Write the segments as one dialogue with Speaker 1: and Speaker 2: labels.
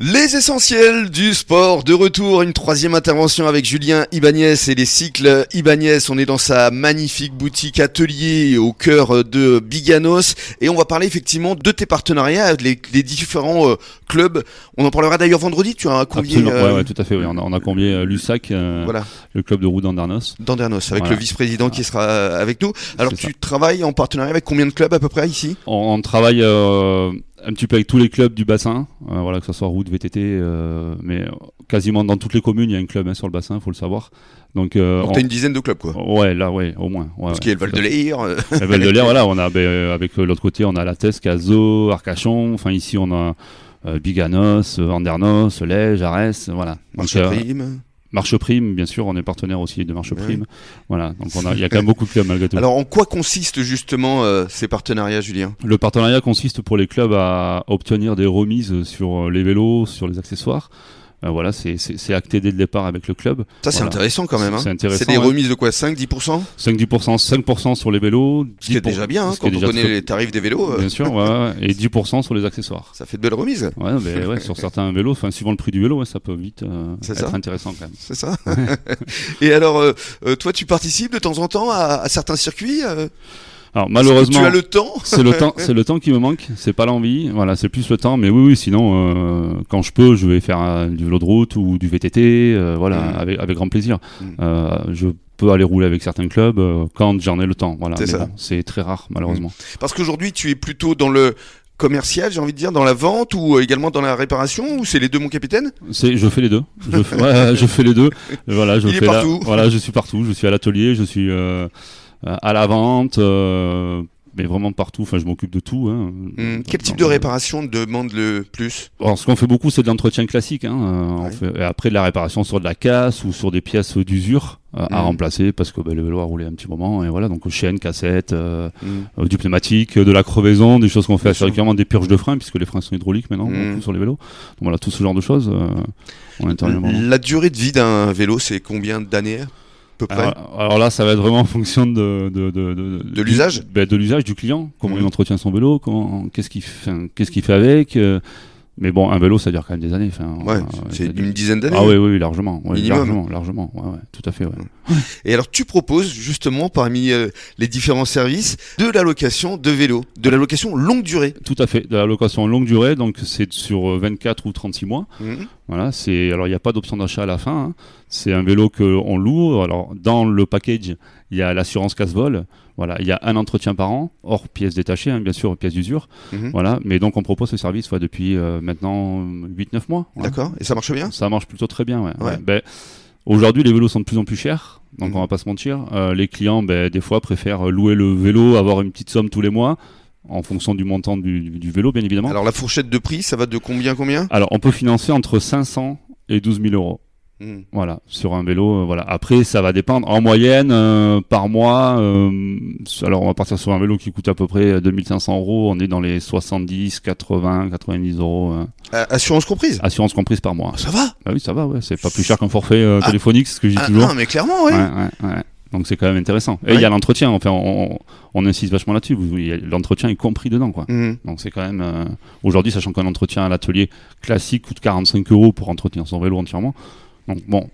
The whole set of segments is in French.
Speaker 1: Les essentiels du sport de retour, une troisième intervention avec Julien Ibanez et les cycles Ibanez. On est dans sa magnifique boutique atelier au cœur de Biganos et on va parler effectivement de tes partenariats, les, les différents euh, clubs. On en parlera d'ailleurs vendredi, tu as un convié
Speaker 2: Absolument,
Speaker 1: euh,
Speaker 2: ouais, ouais, tout à fait. oui. On, a, on a combié euh, Lusac, euh,
Speaker 1: voilà,
Speaker 2: le club de roue d'Andarnos.
Speaker 1: d'Andernos avec
Speaker 2: Voilà.
Speaker 1: le vice-président qui sera euh, avec nous. Alors
Speaker 2: C'est
Speaker 1: tu travailles en partenariat avec combien de clubs à peu près ici
Speaker 2: On, on travaille euh, un petit peu avec tous les clubs du bassin, euh, voilà, que ce soit route, VTT, euh, mais quasiment dans toutes les communes, il y a un club hein, sur le bassin, il faut le savoir. Donc, euh,
Speaker 1: Donc
Speaker 2: on-
Speaker 1: t'as une dizaine de clubs quoi.
Speaker 2: Ouais, là, ouais, au moins. Ouais,
Speaker 1: Parce qu'il y a le Val de l'Air, euh,
Speaker 2: La Val de l'Air, voilà, on a ben, euh, avec euh, l'autre côté, on a la Tesque, Azo, Arcachon. Enfin, ici, on a euh, Biganos, euh, Andernos, Lège, Arès, euh, voilà. Donc,
Speaker 1: Marche
Speaker 2: euh,
Speaker 1: Prime.
Speaker 2: Marche Prime, bien sûr, on est partenaire aussi de Marche
Speaker 1: Ouais.
Speaker 2: Prime. Voilà, donc on a- il y a quand même beaucoup de clubs malgré tout.
Speaker 1: Alors en quoi consistent justement euh, ces partenariats Julien
Speaker 2: Le partenariat consiste pour les clubs à obtenir des remises sur euh, les vélos, sur les accessoires. Euh, voilà, c'est- c'est c'est acté dès le départ avec le club.
Speaker 1: Ça c'est
Speaker 2: Voilà.
Speaker 1: intéressant quand même. hein.
Speaker 2: C'est intéressant.
Speaker 1: C'est des
Speaker 2: ouais.
Speaker 1: remises de quoi 5-10%
Speaker 2: 5-10%, 5% sur les vélos.
Speaker 1: Ce qui est
Speaker 2: 10%,
Speaker 1: déjà bien hein,
Speaker 2: ce qui
Speaker 1: quand
Speaker 2: est
Speaker 1: on
Speaker 2: déjà
Speaker 1: connaît
Speaker 2: très-
Speaker 1: les tarifs des vélos. euh,
Speaker 2: Bien sûr, ouais, ouais, et 10% sur les accessoires.
Speaker 1: Ça fait de belles remises,
Speaker 2: Ouais, mais ouais, sur certains vélos, enfin, suivant le prix du vélo, ouais, ça peut vite euh,
Speaker 1: C'est
Speaker 2: être
Speaker 1: ça.
Speaker 2: intéressant quand même.
Speaker 1: c'est ça Et alors, euh, euh, toi, tu participes de temps en temps à, à certains circuits euh,
Speaker 2: Alors
Speaker 1: parce que
Speaker 2: malheureusement,
Speaker 1: Tu as le temps
Speaker 2: c'est le temps, c'est le temps qui me manque, c'est pas l'envie, voilà, c'est plus le temps. Mais oui, oui, sinon, euh, quand je peux, je vais faire euh, du vélo de route ou du VTT, euh, voilà,
Speaker 1: Mhm.
Speaker 2: avec, avec grand plaisir.
Speaker 1: Mhm.
Speaker 2: Euh, je peux aller rouler avec certains clubs euh, quand j'en ai le temps, voilà.
Speaker 1: C'est
Speaker 2: Mais
Speaker 1: ça. Mmh.
Speaker 2: bon, c'est très rare malheureusement.
Speaker 1: Parce qu'aujourd'hui, tu es plutôt dans le commercial, j'ai envie de dire, dans la vente ou euh, également dans la réparation, ou c'est les deux, mon capitaine
Speaker 2: C'est, je fais les deux, je, fais- ouais, je fais les deux. Voilà, je
Speaker 1: Il est
Speaker 2: fais la-
Speaker 1: partout.
Speaker 2: voilà, je suis partout, je suis à l'atelier, je suis euh, euh, à la vente. euh, mais vraiment partout, enfin je m'occupe de tout. hein.
Speaker 1: Hum, Quel type de
Speaker 2: Dans- dans-
Speaker 1: réparation demande le plus
Speaker 2: Alors, ce qu'on fait beaucoup, c'est de l'entretien classique. Hein. euh, on
Speaker 1: Ouais.
Speaker 2: fait- et après, de la réparation sur de la casse ou sur des pièces d'usure euh, à
Speaker 1: Mhm.
Speaker 2: remplacer parce que ben, le vélo a roulé un petit moment. Et voilà, donc chaîne, cassette, euh,
Speaker 1: Hum.
Speaker 2: euh, du pneumatique, euh, de la crevaison, des choses qu'on fait
Speaker 1: Bien
Speaker 2: assez
Speaker 1: sûr.
Speaker 2: régulièrement, des purges de freins puisque les freins sont hydrauliques maintenant
Speaker 1: Mhm.
Speaker 2: beaucoup sur les vélos. Donc voilà, tout ce genre de choses, euh, on intervient vraiment.
Speaker 1: La durée de vie d'un vélo, c'est combien d'années à peu près
Speaker 2: Alors, alors là, ça va être vraiment en fonction de, de, de, de,
Speaker 1: De l'usage
Speaker 2: du- ben, De l'usage du client. Comment
Speaker 1: Mhm.
Speaker 2: il entretient son vélo, comment, qu'est-ce qu'il fait, qu'est-ce qu'il fait avec. euh, mais bon, un vélo, ça dure quand même des années. enfin,
Speaker 1: Ouais,
Speaker 2: euh,
Speaker 1: c'est
Speaker 2: ça dure-
Speaker 1: une dizaine d'années.
Speaker 2: Ah oui, oui, oui, largement. ouais,
Speaker 1: Minimum.
Speaker 2: Largement, largement. Ouais, ouais, tout à fait. ouais.
Speaker 1: Et alors tu proposes justement parmi euh, les différents services de la location de vélo, de la location longue durée.
Speaker 2: Tout à fait. De la location longue durée, donc c'est sur euh, 24 ou 36 mois. Voilà, c'est alors il n'y a pas d'option d'achat à la fin. hein. C'est un vélo que on loue. Alors dans le package, il y a l'assurance casse-vol. Voilà, il y a un entretien par an, hors pièces détachées, hein, bien sûr, pièces d'usure.
Speaker 1: Mhm.
Speaker 2: Voilà, mais donc on propose ce service ouais, depuis euh, maintenant 8-9 mois. ouais.
Speaker 1: D'accord Et ça marche bien
Speaker 2: Ça marche plutôt très bien, ouais.
Speaker 1: Hein Ouais.
Speaker 2: Ouais, ben, Aujourd'hui, les vélos sont de plus en plus chers, donc
Speaker 1: Mhm.
Speaker 2: on va pas se mentir. Euh, les clients, ben, des fois, préfèrent louer le vélo, avoir une petite somme tous les mois, en fonction du montant du, du vélo, bien évidemment. Alors,
Speaker 1: Alors la fourchette de prix, ça va de combien à combien
Speaker 2: on peut financer entre 500 et 12 000 euros.
Speaker 1: Mhm.
Speaker 2: Voilà, sur un vélo, euh, voilà. Après, ça va dépendre. En moyenne, euh, par mois, euh, alors on va partir sur un vélo qui coûte à peu près 2500 euros. On est dans les 70, 80, 90 euros, euh,
Speaker 1: Euh, Assurance comprise
Speaker 2: assurance comprise par mois.
Speaker 1: Ça va
Speaker 2: Bah oui, ça va, ouais. C'est pas plus cher qu'un forfait euh,
Speaker 1: Ah.
Speaker 2: téléphonique, c'est ce que je dis
Speaker 1: ah,
Speaker 2: toujours.
Speaker 1: ah, mais clairement, oui.
Speaker 2: Ouais, ouais, ouais. Donc c'est quand même intéressant. Et il
Speaker 1: Ouais.
Speaker 2: y a l'entretien, enfin, on, on- on insiste vachement là-dessus. Vous- il y a- L'entretien est compris dedans, quoi.
Speaker 1: Mhm.
Speaker 2: Donc c'est quand même. euh, Aujourd'hui, sachant qu'un entretien à l'atelier classique coûte 45 euros pour entretenir son vélo entièrement. Donc bon,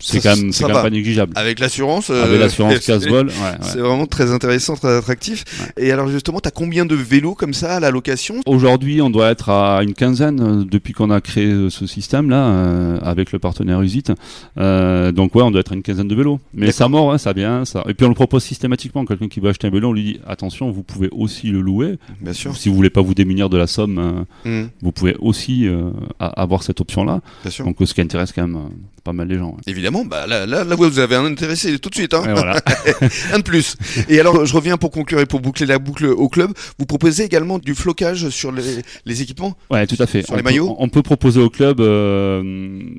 Speaker 2: c'est
Speaker 1: Ça-
Speaker 2: quand même, c'est
Speaker 1: ça
Speaker 2: quand même
Speaker 1: va.
Speaker 2: pas négligeable.
Speaker 1: Avec l'assurance euh,
Speaker 2: Avec l'assurance
Speaker 1: c'est-
Speaker 2: casse-vol, ouais, ouais.
Speaker 1: C'est vraiment très intéressant, très attractif. Et alors justement, t'as combien de vélos comme ça à la location
Speaker 2: Aujourd'hui, on doit être à une quinzaine euh, depuis qu'on a créé euh, ce système-là euh, avec le partenaire Usit. Euh, donc ouais, on doit être à une quinzaine de vélos. Mais ça mord, hein, ça vient, ça. Et puis on le propose systématiquement. Quelqu'un qui veut acheter un vélo, on lui dit attention, vous pouvez aussi le louer.
Speaker 1: Bien sûr.
Speaker 2: Si vous voulez pas vous démunir de la somme, euh,
Speaker 1: Mhm.
Speaker 2: vous pouvez aussi euh, a- avoir cette option-là.
Speaker 1: Bien sûr.
Speaker 2: Donc euh, ce qui intéresse quand même euh, pas mal les gens. ouais.
Speaker 1: Évidemment, bah là, là, là, vous avez un intéressé tout de suite. Hein.
Speaker 2: Et voilà.
Speaker 1: Un de plus. Et alors, je reviens pour conclure et pour boucler la boucle au club. Vous proposez également du flocage sur les, les équipements
Speaker 2: Ouais, tout à fait.
Speaker 1: Sur
Speaker 2: on
Speaker 1: les
Speaker 2: peut,
Speaker 1: maillots
Speaker 2: On peut proposer au club euh,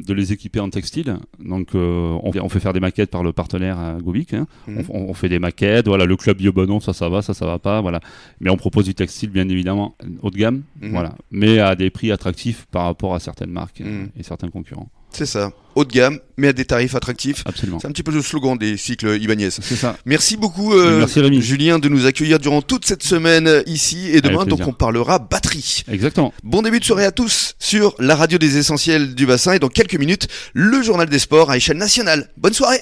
Speaker 2: de les équiper en textile. Donc, euh, on, on fait faire des maquettes par le partenaire euh, Gobic. hein.
Speaker 1: Mhm.
Speaker 2: On, on fait des maquettes. Voilà, le club dit oh, bah non, ça, ça va, ça, ça va pas. Voilà. Mais on propose du textile, bien évidemment, haut de gamme.
Speaker 1: Mhm.
Speaker 2: Voilà. Mais à des prix attractifs par rapport à certaines marques euh,
Speaker 1: Mhm.
Speaker 2: et certains concurrents.
Speaker 1: C'est ça. Haut de gamme, mais à des tarifs attractifs.
Speaker 2: Absolument.
Speaker 1: C'est un petit peu le slogan des cycles Ibanez.
Speaker 2: C'est ça.
Speaker 1: Merci beaucoup, euh,
Speaker 2: Merci, Rémi.
Speaker 1: Julien, de nous accueillir durant toute cette semaine euh, ici et demain.
Speaker 2: Avec
Speaker 1: Donc,
Speaker 2: plaisir.
Speaker 1: on parlera batterie.
Speaker 2: Exactement.
Speaker 1: Bon début de soirée à tous sur la radio des essentiels du bassin et dans quelques minutes, le journal des sports à échelle nationale. Bonne soirée!